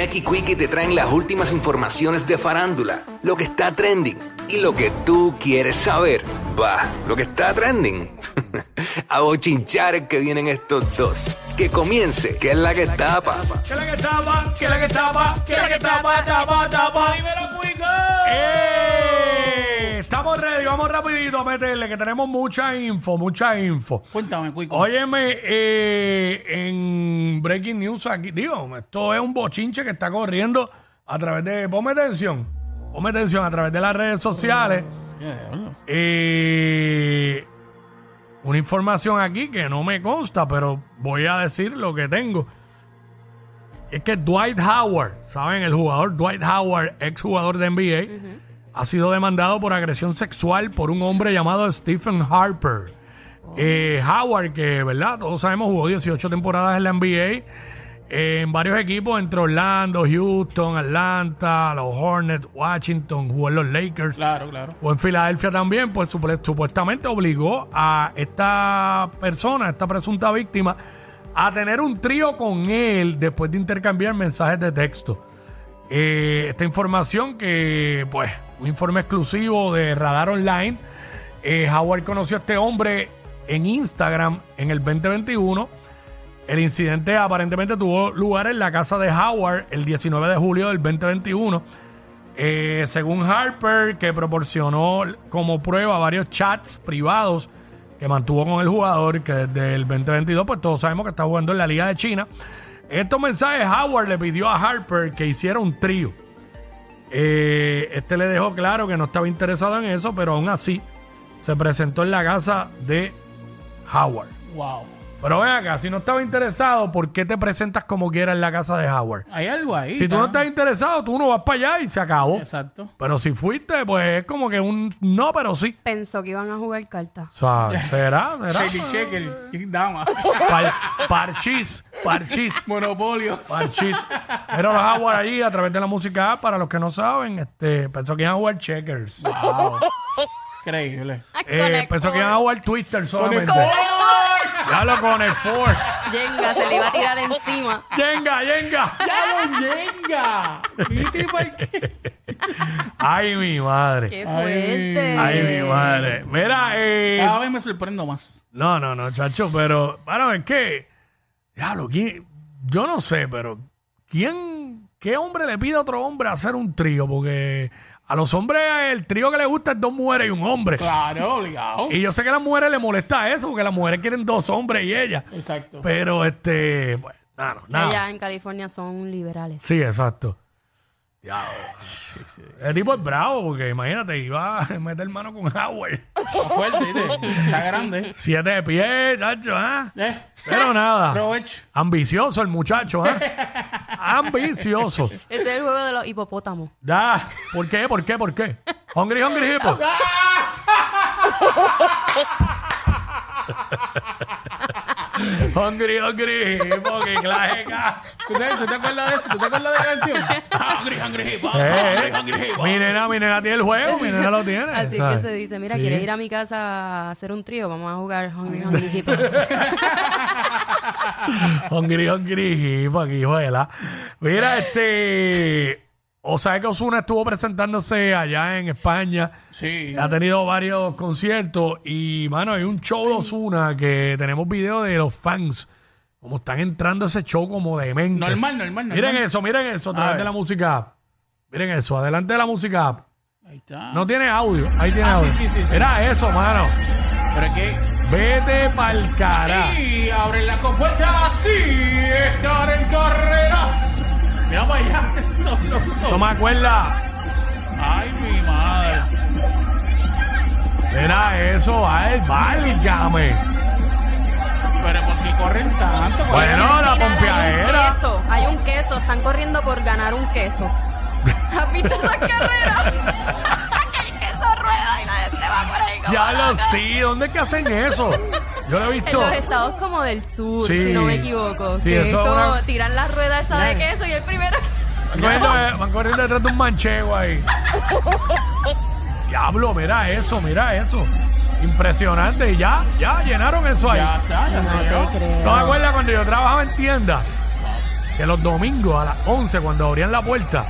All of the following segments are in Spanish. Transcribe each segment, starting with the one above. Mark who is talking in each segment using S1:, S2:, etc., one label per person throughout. S1: Cachi Quickie te traen las últimas informaciones de farándula, lo que está trending y lo que tú quieres saber. Va, lo que está trending. A bochinchar que vienen estos dos. Que comience, que es la que tapa.
S2: ¿Qué es la que tapa? ¿Qué es la que tapa? ¿Qué es la que tapa? Tapa, tapa. ¡Dímelo, Cuico! ¡Eh! Estamos ready, vamos rapidito a meterle, que tenemos mucha info, mucha info.
S3: Cuéntame, Cuico.
S2: Óyeme, eh, en Breaking News aquí, digo, esto es un bochinche que está corriendo a través de, ponme atención, ponme atención, a través de las redes sociales. Eh, una información aquí que no me consta, pero voy a decir lo que tengo. Es que Dwight Howard, ¿saben? El jugador Dwight Howard, ex jugador de NBA, ha sido demandado por agresión sexual por un hombre llamado Stephen Harper. Eh, Howard, que, ¿verdad? Todos sabemos, jugó 18 temporadas en la NBA, eh, en varios equipos, entre Orlando, Houston, Atlanta, los Hornets, Washington, jugó en los Lakers
S3: Claro, claro.
S2: o en Filadelfia también, pues suple- supuestamente obligó a esta persona, a esta presunta víctima, a tener un trío con él después de intercambiar mensajes de texto. Eh, esta información que, pues, un informe exclusivo de Radar Online, eh, Howard conoció a este hombre en Instagram en el 2021. El incidente aparentemente tuvo lugar en la casa de Howard el 19 de julio del 2021. Eh, según Harper, que proporcionó como prueba varios chats privados que mantuvo con el jugador, que desde el 2022, pues todos sabemos que está jugando en la Liga de China. Estos mensajes, Howard le pidió a Harper que hiciera un trío. Eh, este le dejó claro que no estaba interesado en eso, pero aún así se presentó en la casa de Howard.
S3: Wow.
S2: Pero ven acá, si no estaba interesado, ¿por qué te presentas como quiera en la casa de Howard?
S3: Hay algo ahí.
S2: Si tú
S3: ¿tá?
S2: no estás interesado, tú no vas para allá y se acabó.
S3: Exacto.
S2: Pero si fuiste, pues es como que un no, pero sí.
S4: pensó que iban a jugar cartas.
S2: O sea, será,
S3: Cheque,
S2: será.
S3: cheque, qué dama.
S2: Par- parchís, parchís,
S3: Monopolio.
S2: parchís. Pero los Howard allí, a través de la música app, para los que no saben, este, pensó que iban a jugar checkers.
S3: Wow. Increíble.
S2: Eh, pensó que iban a jugar Twitter solamente. Ya lo con el Ford.
S4: Yenga se le iba a tirar encima.
S2: Yenga, yenga.
S3: ¡Ya lo llega! ¿Viste por qué?
S2: Ay, mi madre.
S4: Qué
S3: Ay,
S4: fuerte.
S2: Ay, mi madre. Mira, eh,
S3: Cada vez me sorprendo más.
S2: No, no, no, chacho, pero, bueno, es que, diablo, ¿quién? yo no sé, pero, ¿quién, qué hombre le pide a otro hombre hacer un trío? Porque a los hombres el trío que les gusta es dos mujeres y un hombre.
S3: Claro, obligado.
S2: Y yo sé que a las mujeres les molesta eso, porque las mujeres quieren dos hombres y ella.
S3: Exacto.
S2: Pero, este, bueno, nada, no, nada.
S4: Allá en California son liberales.
S2: Sí, exacto. Diablo. El tipo es bravo, porque imagínate, iba a meter mano con Howard.
S3: Está fuerte, ¿viste? Está grande.
S2: Siete de pie, chacho, ¿ah?
S3: Eh,
S2: Pero nada.
S3: provecho.
S2: Ambicioso el muchacho, ¿eh? Ambicioso.
S4: Ese es el juego de los hipopótamos.
S2: Da. ¿Por qué? ¿Por qué? ¿Por qué? Hungry, hungry hippo. hungry, hungry hippo, que clase ca-
S3: ¿Tú te, tú te acuerdas de eso? ¿Tú te acuerdas de la canción? Hungry, hungry hip hop.
S2: Eh,
S3: Hungry, hungry
S2: eh.
S3: hip hop.
S2: Mi nena, mi nena tiene el juego, mi nena lo tiene.
S4: Así
S2: ¿sabes?
S4: que se dice, mira,
S2: Sí.
S4: ¿quieres ir a mi casa a hacer un trío? Vamos a jugar Hungry Hungry Hip Hop.
S2: Hungry, hungry hippo, aquí, juela. Mira, este... O sea que Osuna estuvo presentándose allá en España.
S3: Sí.
S2: Ha tenido varios conciertos y, mano, hay un show de Ozuna que tenemos video de los fans. Como están entrando a ese show como de mente.
S3: Normal, normal, normal.
S2: Miren eso, miren eso, a través
S3: ver.
S2: de la música. app. Miren eso, adelante de la música. app.
S3: Ahí está.
S2: No tiene audio, ahí tiene
S3: Ah, sí,
S2: audio.
S3: sí, sí, sí.
S2: Era eso, mano.
S3: Pero es que...
S2: Vete pa'l cara.
S3: Y abre la compuerta así, estar en carreras. Mira para allá, son los dos.
S2: Eso me acuerda.
S3: Ay, mi madre.
S2: Era eso, ay, válgame.
S3: Pero ¿por qué corren tanto? Pues,
S2: Bueno, la
S4: Hay un
S2: pompeadera.
S4: queso, hay un queso. Están corriendo por ganar un queso. ¿Has visto esas carreras? Que el queso rueda y la gente va por ahí. como "Ah,
S2: Ya lo
S4: loca.
S2: sí, ¿dónde es que hacen eso? Yo lo he
S4: En
S2: visto.
S4: los estados como del sur,
S2: Sí.
S4: si no me equivoco.
S2: Sí,
S4: que es
S2: eso es
S4: como
S2: una-
S4: tiran la rueda esa de queso y el primero que-
S2: Van corriendo, eh, van corriendo detrás de un manchego ahí. Diablo, mira eso, mira eso. Impresionante. Y ya, ya llenaron eso ahí.
S3: Ya está, ya se llegó.
S2: ¿No te acuerdas cuando yo trabajaba en tiendas? que los domingos a las 11 cuando abrían la puerta,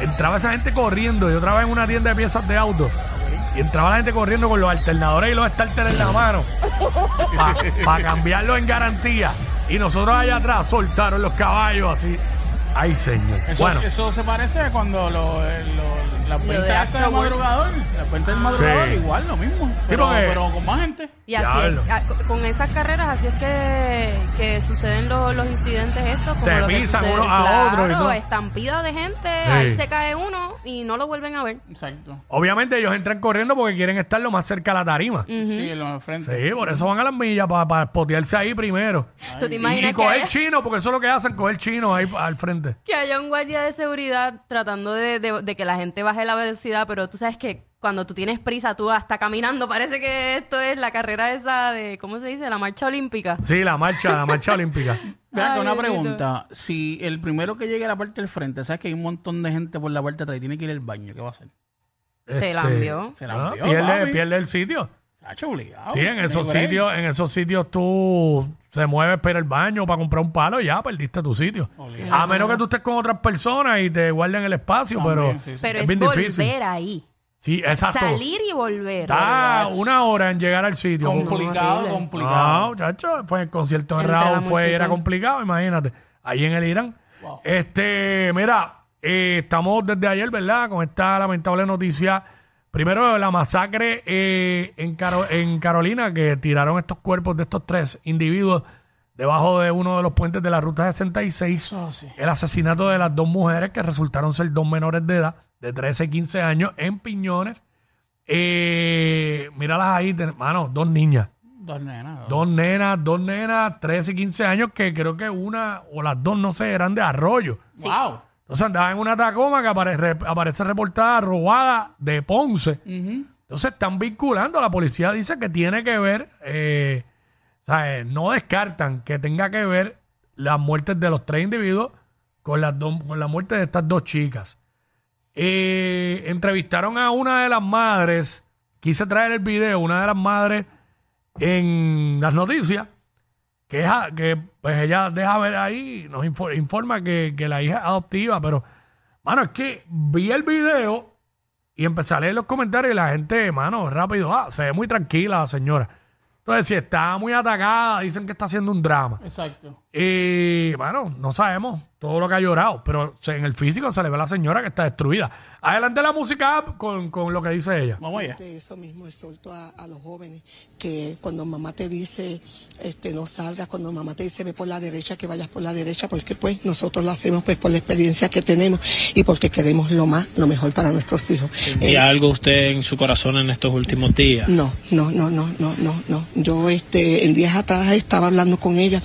S2: entraba esa gente corriendo. Yo trabajaba en una tienda de piezas de auto y entraba la gente corriendo con los alternadores y los starters en la mano para cambiarlo en garantía. Y nosotros allá atrás soltaron los caballos así. Ay, señor.
S3: Eso,
S2: bueno,
S3: eso se parece a cuando lo, eh, lo- la
S4: de
S3: cuenta esta del
S4: Astro World.
S3: madrugador, la cuenta del madrugador,
S2: Sí.
S3: igual, lo mismo, pero,
S2: porque-
S3: pero con más gente.
S4: Y así es,
S2: Diablo.
S4: a- con esas carreras, así es que, que suceden los, los incidentes estos. Como
S2: Se
S4: lo que
S2: pisan
S4: sucede,
S2: unos a
S4: claro,
S2: otros y todo.
S4: estampida de gente, ahí
S2: Sí.
S4: se cae uno y no lo vuelven a ver.
S3: Exacto.
S2: obviamente ellos entran corriendo porque quieren estar lo más cerca a la tarima.
S4: Mm.
S3: Sí, en los frente.
S2: Sí, por eso van a las millas, para potearse ahí primero.
S4: ¿Tú te
S2: Y,
S4: imaginas que
S2: coger
S4: haya,
S2: chino, porque eso es lo que hacen, coger chino ahí al frente.
S4: que haya un guardia de seguridad tratando de, de- de que la gente baje la velocidad? Pero tú sabes que cuando tú tienes prisa, tú hasta caminando, parece que esto es la carrera esa de, ¿cómo se dice? La marcha olímpica.
S2: Sí, la marcha, la marcha olímpica.
S3: Ve acá,
S4: Ay,
S3: una
S4: Diosito.
S3: pregunta. Si el primero que llegue a la parte del frente, sabes que hay un montón de gente por la parte de atrás y tiene que ir al baño, ¿qué va a hacer?
S4: Se la
S2: Este,
S4: envió.
S3: Se la
S2: Ah,
S3: envió,
S2: pierde,
S3: papi. Ah,
S2: pierde el sitio.
S3: Chacho, obligado.
S2: Sí, en
S3: No hay
S2: esos
S3: break.
S2: sitios, en esos sitios tú se mueves para el baño para comprar un palo, ya perdiste tu sitio. A menos que tú estés con otras personas y te guarden el espacio, pero
S3: También, sí, sí.
S4: Pero
S2: es
S4: es,
S2: bien
S4: volver
S2: difícil.
S4: ahí.
S2: Sí, exacto.
S4: Salir y volver.
S2: Está una hora en llegar al sitio.
S3: Complicado,
S4: horrible.
S3: complicado.
S2: No, chacho, fue el concierto de
S4: Entre la
S2: Raúl, fue,
S4: multitud.
S2: era complicado, imagínate. Ahí en el Irán.
S3: Wow.
S2: Este, mira, eh, estamos desde ayer, ¿verdad? Con esta lamentable noticia. Primero, la masacre eh, en, Caro- en Carolina, que tiraron estos cuerpos de estos tres individuos debajo de uno de los puentes de la Ruta 66.
S3: Eso Ah, sí.
S2: El asesinato de las dos mujeres que resultaron ser dos menores de edad, de 13 y 15 años, en Piñones. Eh, míralas ahí, te- mano, dos niñas.
S3: Dos nenas.
S2: Dos nenas, dos nenas, 13 y 15 años, que creo que una o las dos, no sé, eran de arroyo.
S3: Wow.
S2: Entonces andaba en una Tacoma que apare- re- aparece reportada robada de Ponce. Entonces están vinculando, la policía dice que tiene que ver, eh, o sea, eh, no descartan que tenga que ver las muertes de los tres individuos con, las dos- con la muerte de estas dos chicas. Eh, entrevistaron a una de las madres, quise traer el video, una de las madres en las noticias que, es a- que pues ella deja ver ahí, nos info- informa que, que la hija es adoptiva, pero, mano, es que vi el video y empecé a leer los comentarios y la gente, mano, rápido, ah, se ve muy tranquila la señora. Entonces, si está muy atacada, dicen que está haciendo un drama.
S3: Exacto.
S2: Y, bueno, no sabemos todo lo que ha llorado, pero se- en el físico se le ve a la señora que está destruida. Adelante la música con, con lo que dice ella.
S3: Vamos allá.
S5: Este, eso mismo exhorto a, a los jóvenes que cuando mamá te dice este no salgas cuando mamá te dice ve por la derecha que vayas por la derecha porque pues nosotros lo hacemos pues por la experiencia que tenemos y porque queremos lo más lo mejor para nuestros hijos Eh,
S6: ¿Y algo usted en su corazón en estos últimos días?
S5: no no no no no no no yo este en días atrás estaba hablando con ella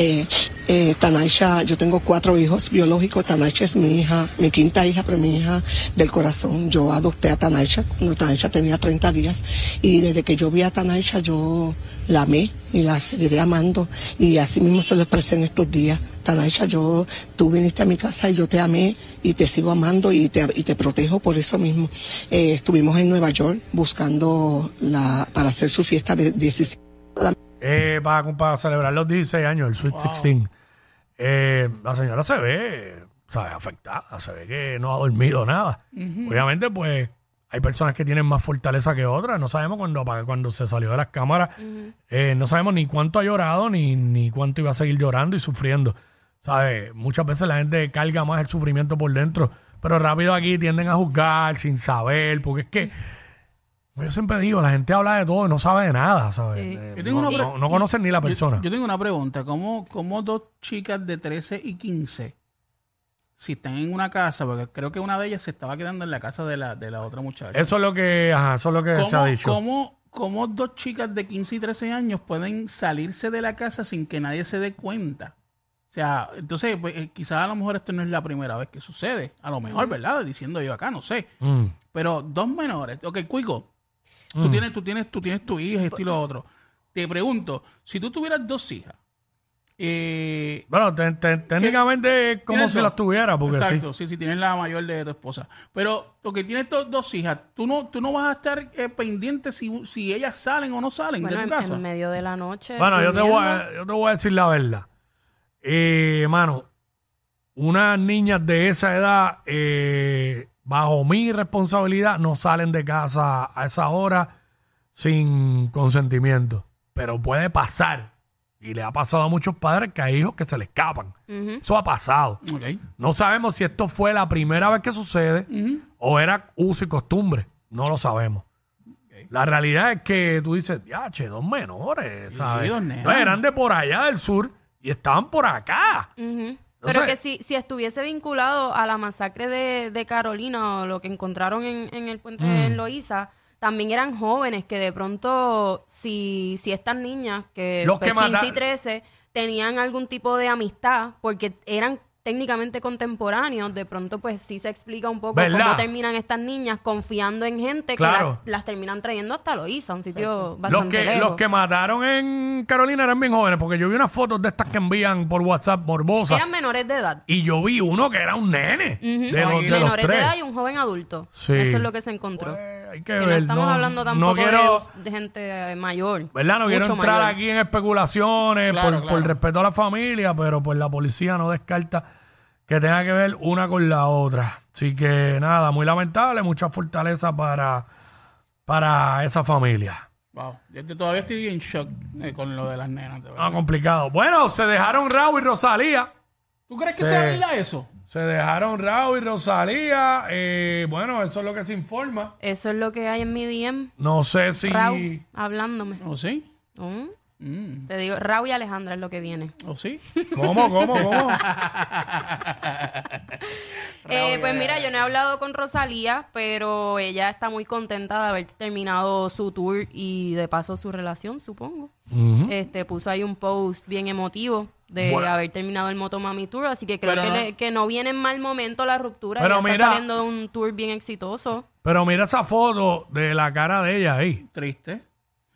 S5: eh, eh, Tanaisha, yo tengo cuatro hijos biológicos. Tanaisha es mi hija, mi quinta hija, pero mi hija del corazón. Yo adopté a Tanaisha cuando Tanaisha tenía 30 días. Y desde que yo vi a Tanaisha, yo la amé y la seguiré amando. Y así mismo se lo expresé en estos días. Tanaisha, yo, tú viniste a mi casa y yo te amé y te sigo amando y te, y te protejo por eso mismo. Eh, estuvimos en Nueva York buscando la, para hacer su fiesta de 17.
S2: eh, para, para celebrar los 16 años, el Sweet 16. Eh, la señora se ve, sabe, afectada, se ve que no ha dormido nada. Obviamente, pues, hay personas que tienen más fortaleza que otras. No sabemos cuando, apa- cuando se salió de las cámaras, eh, no sabemos ni cuánto ha llorado, ni, ni cuánto iba a seguir llorando y sufriendo. ¿Sabe? Muchas veces la gente carga más el sufrimiento por dentro, pero rápido aquí tienden a juzgar sin saber, porque es que... pues, Yo siempre digo, la gente habla de todo y no sabe de nada, ¿sabes?
S4: Sí.
S2: Eh,
S3: Yo tengo
S2: no,
S3: una pre-
S2: no- no conocen ni la persona.
S3: Yo, yo tengo una pregunta. ¿Cómo, ¿Cómo dos chicas de 13 y 15, si están en una casa, porque creo que una de ellas se estaba quedando en la casa de la, de la otra muchacha?
S2: eso es lo que, ajá, eso es lo que se ha
S3: ¿Cómo,
S2: dicho.
S3: cómo- cómo dos chicas de 15 y 13 años pueden salirse de la casa sin que nadie se dé cuenta? O sea, entonces, pues, eh, quizás a lo mejor esto no es la primera vez que sucede. A lo mejor, ¿verdad? Diciendo yo acá, no sé.
S2: Mm.
S3: Pero dos menores. Ok, Cuico. Tú,
S2: Mm.
S3: tienes, tú, tienes, tú tienes tu
S2: Pues,
S3: hija, esto y lo otro. Te pregunto, si tú tuvieras dos hijas, eh,
S2: Bueno, te- te- técnicamente es como
S3: ¿Tienes
S2: si
S3: dos?
S2: las tuviera, porque
S3: Exacto, sí, sí, tienes la mayor de tu esposa. Pero, porque tienes to- dos hijas, tú no, tú no vas a estar eh, pendiente si, si ellas salen o no salen
S4: Bueno,
S3: de tu
S4: en,
S3: casa.
S4: en medio de la noche.
S2: sí. Bueno, yo te, voy
S4: durmiendo.
S2: a, yo te voy a decir la verdad. Eh, mano, unas niñas de esa edad, eh, bajo mi responsabilidad, no salen de casa a esa hora sin consentimiento. Pero puede pasar. Y le ha pasado a muchos padres que hay hijos que se le escapan.
S4: Ujú.
S2: Eso ha pasado.
S3: Ok.
S2: No sabemos si esto fue la primera vez que sucede o era uso y costumbre. No lo sabemos. La realidad es que tú dices, ya, che, dos menores, ¿sabes?
S3: dos nenas.
S2: No, eran de por allá del sur y estaban por acá.
S4: Ujú.
S2: No
S4: Pero
S2: sé.
S4: que si, si estuviese vinculado a la masacre de, de Carolina o lo que encontraron en, en el puente
S2: Mm.
S4: de Loíza, también eran jóvenes que de pronto, si, si estas niñas, que,
S2: Los que
S4: 15 y
S2: mata-
S4: 13, tenían algún tipo de amistad porque eran técnicamente contemporáneos, de pronto pues sí se explica un poco
S2: ¿Verdad?
S4: cómo terminan estas niñas confiando en gente
S2: Claro.
S4: que las, las terminan trayendo hasta Loíza, un sitio
S2: Los
S4: bastante
S2: que,
S4: lejos.
S2: los que mataron en Carolina eran bien jóvenes, porque yo vi unas fotos de estas que envían por WhatsApp morbosas.
S4: Eran menores de edad.
S2: Y yo vi uno que era un nene.
S4: Ujú.
S2: De los, de los
S4: menores de
S2: tres.
S4: edad y un joven adulto.
S2: Sí.
S4: Eso es lo que se encontró.
S2: Pues, hay que
S4: Que no
S2: ver,
S4: estamos
S2: no-
S4: hablando
S2: no
S4: tampoco de-
S2: quiero-
S4: de, gente eh, mayor.
S2: ¿Verdad? No quiero
S4: mucho
S2: entrar
S4: mayor.
S2: aquí en especulaciones
S3: Claro,
S2: por,
S3: claro.
S2: por respeto a la familia, pero pues la policía no descarta que tenga que ver una con la otra. Así que nada, muy lamentable, mucha fortaleza para, para esa familia.
S3: Wow. Yo te- todavía estoy en shock eh, con lo de las nenas, de verdad.
S2: No, Ah, complicado. Bueno, se dejaron Raúl y Rosalía.
S3: ¿Tú crees que
S2: Sí.
S3: sea verdad eso?
S2: Se dejaron Raúl y Rosalía. Eh, bueno, eso es lo que se informa.
S4: Eso es lo que hay en mi DM.
S2: No sé si...
S4: Raúl, hablándome.
S3: ¿O sí?
S4: Mm.
S3: Mm,
S4: Te digo, Raúl y Alejandra es lo que viene.
S3: ¿O sí?
S2: ¿Cómo, cómo, cómo?
S4: Eh, pues mira, yo no he hablado con Rosalía, pero ella está muy contenta de haber terminado su tour y de paso su relación, supongo.
S2: Ujú.
S4: Este puso ahí un post bien emotivo de
S2: Bueno.
S4: haber terminado el Motomami Tour, así que creo
S3: Pero
S4: que,
S3: no-
S4: le- que no viene en mal momento la ruptura.
S2: Pero
S4: ella
S2: mira-
S4: está saliendo de un tour bien exitoso.
S2: Pero mira esa foto de la cara de ella ahí.
S3: Triste.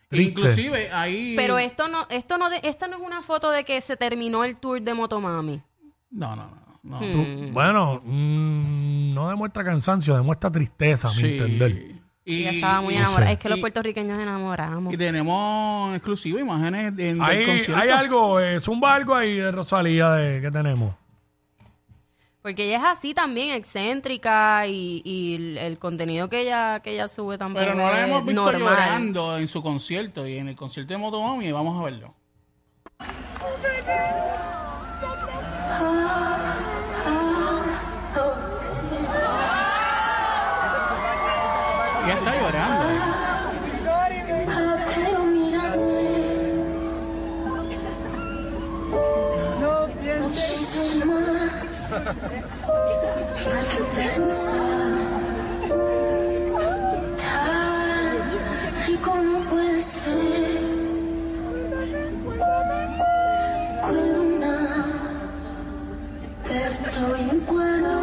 S2: Triste.
S3: Inclusive ahí...
S4: Pero esto no, esto no, de- esta no es una foto de que se terminó el tour de Motomami.
S3: No, no, no. no.
S4: Hmm.
S2: Bueno, mm, no demuestra cansancio, demuestra tristeza, a mi entender.
S3: Y,
S4: Ella estaba muy
S3: y-
S4: enamorada. Es que los
S3: y-
S4: puertorriqueños enamoramos.
S3: y tenemos exclusivo imágenes de, del
S2: Ahí,
S3: concierto.
S2: hay algo, eh, zumba algo ahí de Rosalía de, que tenemos.
S4: Porque ella es así también, excéntrica y, y el, el contenido que ella, que ella sube tampoco
S3: Pero no la
S4: es
S3: hemos visto
S4: normal.
S3: llorando en su concierto y en el concierto de Motomami. Vamos a verlo. Ya está llorando.
S7: Pero mírame, no pienses más, hay que pensar. Tan rico no puede ser. Con una, te estoy en cuerda.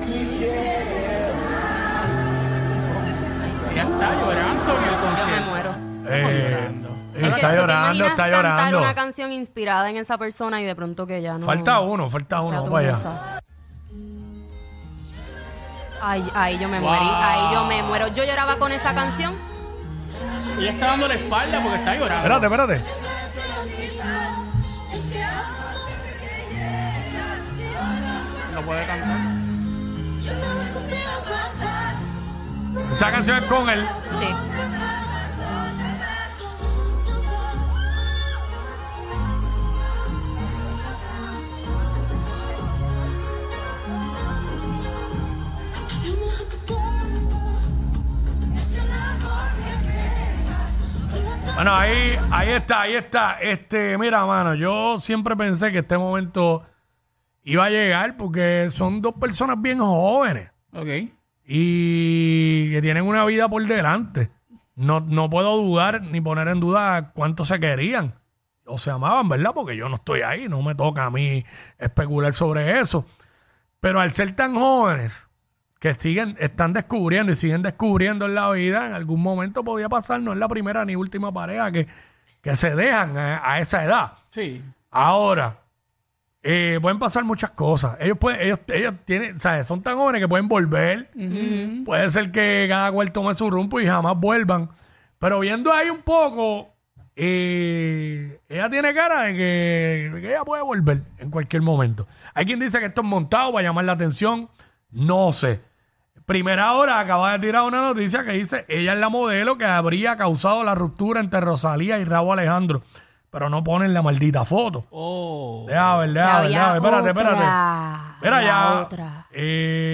S7: Te
S3: Ya está llorando en el
S4: Yo me
S3: concierto.
S4: muero.
S3: Estamos
S2: Eh,
S3: llorando.
S2: eh,
S4: Es que
S2: está
S4: tú te
S2: llorando,
S4: imaginas
S2: está
S4: cantar
S2: llorando.
S4: una canción inspirada en esa persona y de pronto que ya no.
S2: Falta uno, falta
S4: sea
S2: uno,
S4: tu
S2: vaya.
S4: musa. Ay, ahí yo me muero, ahí yo me muero. Yo lloraba con esa canción.
S3: Ella está dando la espalda porque está llorando.
S2: Espérate, espérate.
S3: No puede cantar.
S2: Esa canción es con él.
S4: Sí.
S2: Bueno, ahí, ahí está, ahí está. Este, mira, mano, yo siempre pensé que este momento iba a llegar porque son dos personas bien jóvenes.
S3: Ok.
S2: y que tienen una vida por delante. No, no puedo dudar ni poner en duda cuánto se querían o se amaban, ¿verdad? Porque yo no estoy ahí, no me toca a mí especular sobre eso. Pero al ser tan jóvenes que siguen, están descubriendo y siguen descubriendo en la vida, en algún momento podía pasar, no es la primera ni última pareja que, que se dejan a- a esa edad.
S3: Sí.
S2: Ahora, eh, pueden pasar muchas cosas. Ellos pueden, ellos, ellos tienen, o sea, son tan jóvenes que pueden volver. Puede ser que cada cual tome su rumbo y jamás vuelvan. Pero viendo ahí un poco Y ella tiene cara de que, de que ella puede volver en cualquier momento. Hay quien dice que esto es montado para llamar la atención. No sé. Primera hora acaba de tirar una noticia que dice ella es la modelo que habría causado la ruptura entre Rosalía y Raúl Alejandro. Pero no ponen la maldita foto.
S3: Oh.
S2: Deja ver, deja ver, deja ver. Espérate, espérate. Mira ya.
S8: Otra.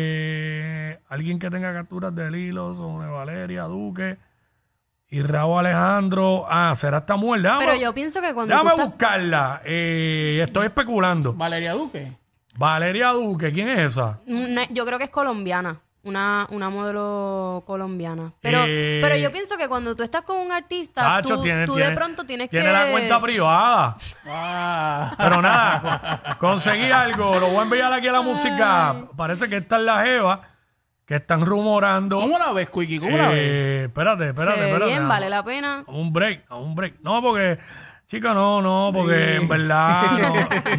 S2: eh, alguien que tenga capturas del hilo sobre Valeria Duque y Raúl Alejandro. Ah, será esta mujer. Déjame,
S4: Pero yo pienso que cuando tú
S2: déjame
S4: estás-
S2: buscarla. Eh, estoy especulando.
S3: Valeria Duque.
S2: Valeria Duque, ¿quién es esa?
S4: Una- yo creo que es colombiana. Una, una modelo colombiana. Pero,
S2: Eh.
S4: pero yo pienso que cuando tú estás con un artista,
S2: Tacho,
S4: tú,
S2: tiene-
S4: tú
S2: tiene-
S4: de pronto tienes
S2: tiene
S4: que.
S2: la cuenta privada.
S3: Ah.
S2: Pero nada, conseguí algo. Lo voy a enviar aquí a la música. Parece que esta es la Jeva que están rumorando.
S3: ¿Cómo la ves, Quickie? ¿Cómo la ves?
S2: Eh, espérate, espérate,
S4: se ve
S2: espérate.
S4: bien,
S2: nada.
S4: vale la pena.
S2: A un break, a un break. No, porque, chica, no, no, porque en verdad, no,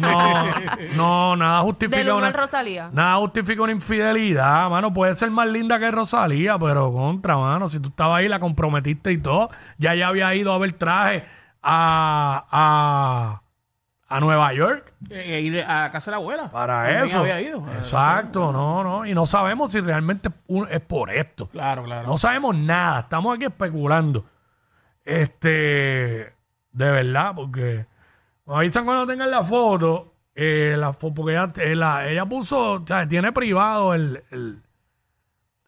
S2: no, no, nada
S4: Del
S2: justifica
S4: uno
S2: una,
S4: al Rosalía.
S2: nada justifica una infidelidad, mano. Puede ser más linda que Rosalía, pero contra, mano. Si tú estabas ahí, la comprometiste y todo. Ya ya había ido a ver traje a, a, a Nueva York
S3: Eh, ir a casa de la abuela.
S2: para
S3: También
S2: eso.
S3: había ido.
S2: Exacto, no, no. Y no sabemos si realmente un- es por esto.
S3: Claro, claro.
S2: No sabemos nada, estamos aquí especulando. Este, de verdad, porque nos avisan cuando tengan la foto, eh, la fo- porque ella, eh, la- ella puso, o sea, tiene privado el, el,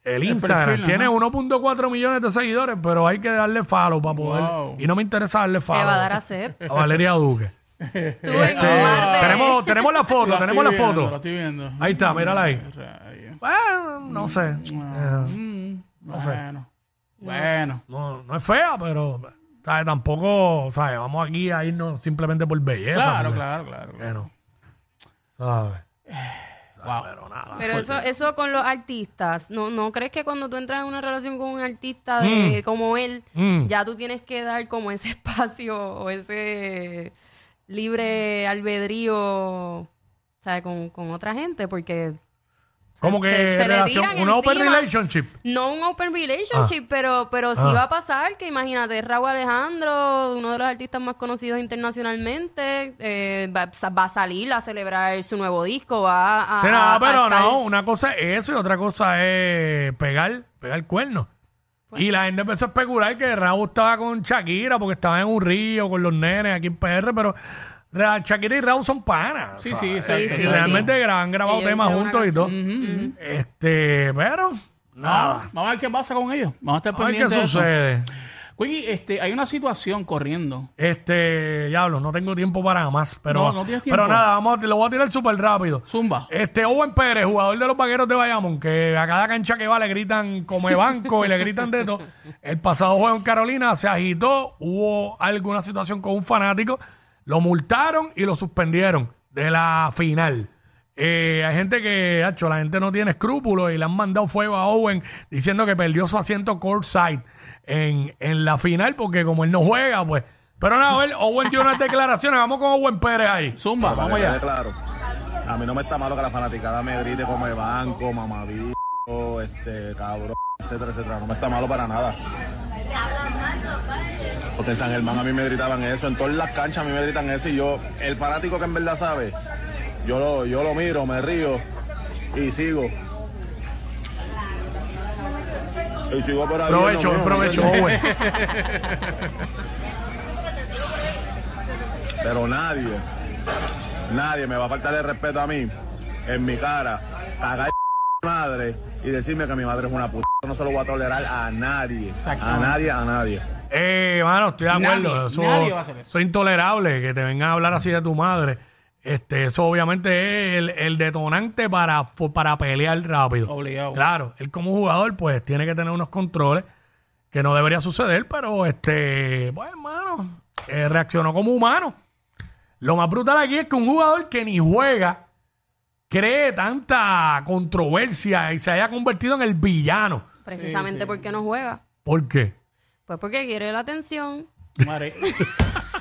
S2: el Instagram,
S3: perfil,
S2: tiene
S3: ajá.
S2: 1.4 millones de seguidores, pero hay que darle follow para poder,
S3: Wow.
S2: y no me interesa darle
S4: Te
S2: follow
S4: va a dar a hacer.
S2: a Valeria Duque.
S4: Tú en
S2: Este,
S4: un mar de-
S2: tenemos, tenemos la foto,
S3: Lo
S2: tenemos la
S3: estoy viendo, Lo
S2: foto.
S3: estoy viendo.
S2: Ahí está, mírala ahí.
S3: Rayo.
S2: Bueno, no sé. Eh,
S3: Mm, Bueno. Bueno.
S2: No, no es fea, pero ¿sabes? tampoco, ¿sabes? Vamos aquí a irnos simplemente por belleza.
S3: Claro,
S2: porque,
S3: claro, claro. claro.
S2: Bueno, ¿sabes?
S3: Wow.
S4: Pero eso, eso con los artistas, ¿no, ¿no crees que cuando tú entras en una relación con un artista de, como él,
S2: Mm.
S4: ya tú tienes que dar como ese espacio o ese libre albedrío, ¿sabes? Con, con otra gente, porque
S2: Como que
S4: se- se le
S2: relación,
S4: tiran
S2: una open
S4: encima.
S2: relationship.
S4: no un open relationship, pero, pero sí
S2: Ah.
S4: va a pasar que imagínate, Raúl Alejandro, uno de los artistas más conocidos internacionalmente, eh, va, va a salir a celebrar su nuevo disco, va a...
S2: Sí,
S4: a-
S2: nada,
S4: a
S2: pero
S4: estar-
S2: no, una cosa es eso y otra cosa es pegar, pegar cuernos.
S4: Pues.
S2: Y la gente empezó a especular que Raúl estaba con Shakira porque estaba en un río con los nenes aquí en PR, pero Ra- Shakira y Raúl son panas.
S3: Sí,
S2: ¿sabes?
S3: sí,
S4: Sí, sí,
S3: exacto.
S2: eh, Realmente gra- han grabado
S4: Ellos
S2: temas
S4: hicieron una
S2: juntos y todo.
S3: Ujú, ujú.
S2: Este, pero nada.
S3: Ah, Vamos a ver qué pasa con ellos. Vamos a estar
S2: Ay, ¿qué
S3: pendientes de eso.
S2: sucede?
S3: Quickie, este, hay una situación corriendo.
S2: Este, diablo, no tengo tiempo para más, pero,
S3: No, no tienes tiempo.
S2: pero nada, vamos a, lo voy a tirar súper rápido.
S3: Zumba.
S2: Este Owen Pérez, jugador de los vaqueros de Bayamón, que a cada cancha que va le gritan come banco y le gritan de todo. El pasado juego en Carolina se agitó, hubo alguna situación con un fanático, lo multaron y lo suspendieron de la final. Eh, hay gente que, hacho, la gente no tiene escrúpulos y le han mandado fuego a Owen diciendo que perdió su asiento courtside en, en la final porque como él no juega, pues. Pero nada, Owen- Owen dio unas declaraciones, vamos con Owen Pérez ahí.
S3: Zumba, vamos
S9: Quede
S3: allá.
S9: claro. A mí no me está malo que la fanaticada me grite como el banco, mamaví, este, cabrón, etcétera, etcétera. No me está malo para nada. Porque en San Germán a mí me gritaban eso, en todas las canchas a mí me gritan eso y yo, el fanático que en verdad sabe, yo lo, yo lo miro, me río y sigo. Y sigo por ahí,
S2: Provecho,
S9: en lo mío,
S2: provecho,
S9: ¿me entiendes?
S2: Owen.
S9: Pero nadie, nadie me va a faltar el respeto a mí, en mi cara, cagar mi madre y decirme que mi madre es una puta. No se lo voy a tolerar a nadie. A
S3: Exactamente.
S9: nadie, a nadie.
S2: Eh, mano, estoy de
S3: Nadie,
S2: acuerdo. eso,
S3: nadie va a hacer eso.
S2: es intolerable que te vengan a hablar así de tu madre. Este, eso obviamente es el, el detonante para, fu- para pelear rápido.
S3: Obligado.
S2: Claro, él como jugador, pues tiene que tener unos controles que no debería suceder, pero este, pues, hermano, eh, reaccionó como humano. Lo más brutal aquí es que un jugador que ni juega cree tanta controversia y se haya convertido en el villano.
S4: Precisamente porque no juega.
S2: ¿Por qué?
S4: Pues porque quiere la atención.
S3: Mari-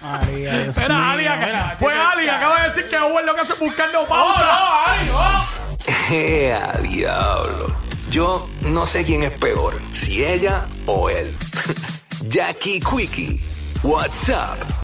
S3: María, Dios mío,
S2: Era Ali, acá-
S3: mira,
S2: fue
S3: te-
S2: Ali, acaba de decir que Owen lo que hace es buscando
S3: ¡Oh, no,
S2: pauta.
S3: Ali, no!
S1: ¡Ea, diablo! Yo no sé quién es peor, si ella o él. Jackie Quickie, WhatsApp